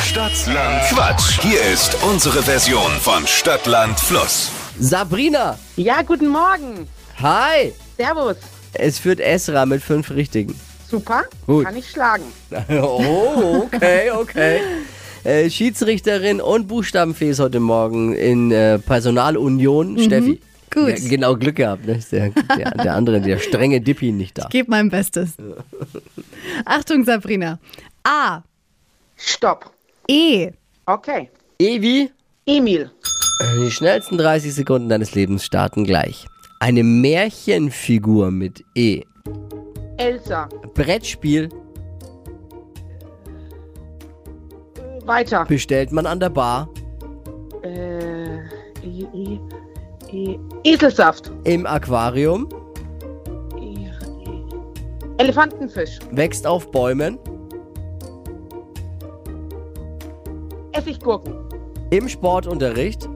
Stadtland Quatsch. Hier ist unsere Version von Stadtland Fluss. Sabrina, Ja, guten Morgen. hi. Servus. Es führt Esra mit fünf Richtigen. Super. Gut. Kann ich schlagen. Oh, okay, okay. Äh, Schiedsrichterin und Buchstabenfee ist heute Morgen in äh, Personalunion, Steffi. gut. Ja, genau, Glück gehabt, ne? Ist Der, der, der andere, der strenge Dippi nicht da. Gib mein Bestes. Achtung, Sabrina. A. Stopp. E. Okay. Evi, Emil. die schnellsten 30 Sekunden deines Lebens starten gleich. Eine Märchenfigur mit E. Elsa. Brettspiel Weiter. bestellt man an der Bar. Äh, e, e, e, Eselsaft. Im Aquarium, E, e, Elefantenfisch. wächst auf Bäumen. Essiggurken. Im Sportunterricht,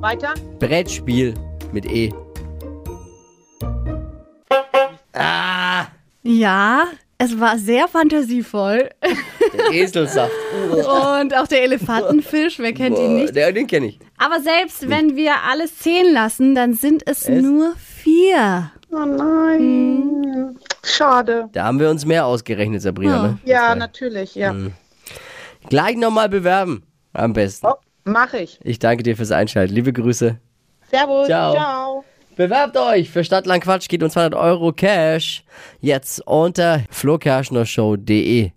Weiter. Brettspiel mit E. Ja, es war sehr fantasievoll. Der Eselsaft. Und auch der Elefantenfisch, wer kennt ihn nicht? Der, den kenne ich. Aber selbst wenn wir alles zählen lassen, dann sind es, Es- nur vier. Oh nein. Hm. Schade. Da haben wir uns mehr ausgerechnet, Sabrina. Ja. Ne? Ja, natürlich. Ja. Mhm. Gleich nochmal bewerben. Am besten. Oh, mach ich. Ich danke dir fürs Einschalten. Liebe Grüße. Servus. Ciao. Ciao. Bewerbt euch für um Stadtland Quatsch. Geht uns 200 Euro Cash. Jetzt unter flokerschnershow.de.